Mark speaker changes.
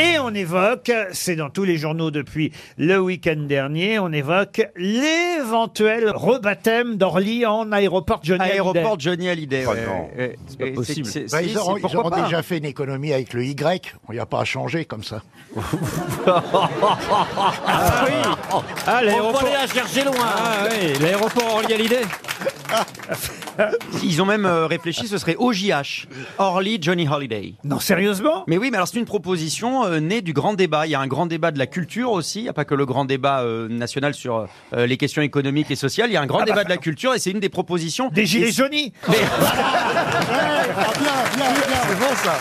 Speaker 1: Et on évoque, c'est dans tous les journaux depuis le week-end dernier, on évoque l'éventuel rebaptême d'Orly en aéroport Johnny Hallyday.
Speaker 2: Aéroport Johnny Hallyday.
Speaker 3: Oh
Speaker 2: ouais,
Speaker 3: non.
Speaker 2: ouais, ouais.
Speaker 3: C'est pas
Speaker 2: Et
Speaker 3: possible.
Speaker 2: c'est-
Speaker 4: Bah,
Speaker 2: si,
Speaker 4: ils
Speaker 2: si,
Speaker 4: auront, ils
Speaker 2: pourquoi
Speaker 4: auront
Speaker 2: pas hein.
Speaker 4: déjà fait une économie avec le Y. Il n'y a pas à changer comme ça.
Speaker 5: Ah,
Speaker 6: On va
Speaker 5: l'aéroport.
Speaker 6: aller la chercher loin.
Speaker 5: Ah oui, l'aéroport Orly Hallyday.
Speaker 2: Ils ont même euh, réfléchi, ce serait OJH, Orly Johnny Holiday.
Speaker 1: Non, sérieusement
Speaker 2: Mais oui, mais alors c'est une proposition euh, née du grand débat. Il y a un grand débat de la culture aussi. Il n'y a pas que le grand débat euh, national sur euh, les questions économiques et sociales. Il y a un grand débat de la culture et c'est une des propositions.
Speaker 1: Des gilets
Speaker 2: Et-
Speaker 1: jaunis
Speaker 2: Mais-
Speaker 4: bien, bien, bien.
Speaker 2: C'est bon ça.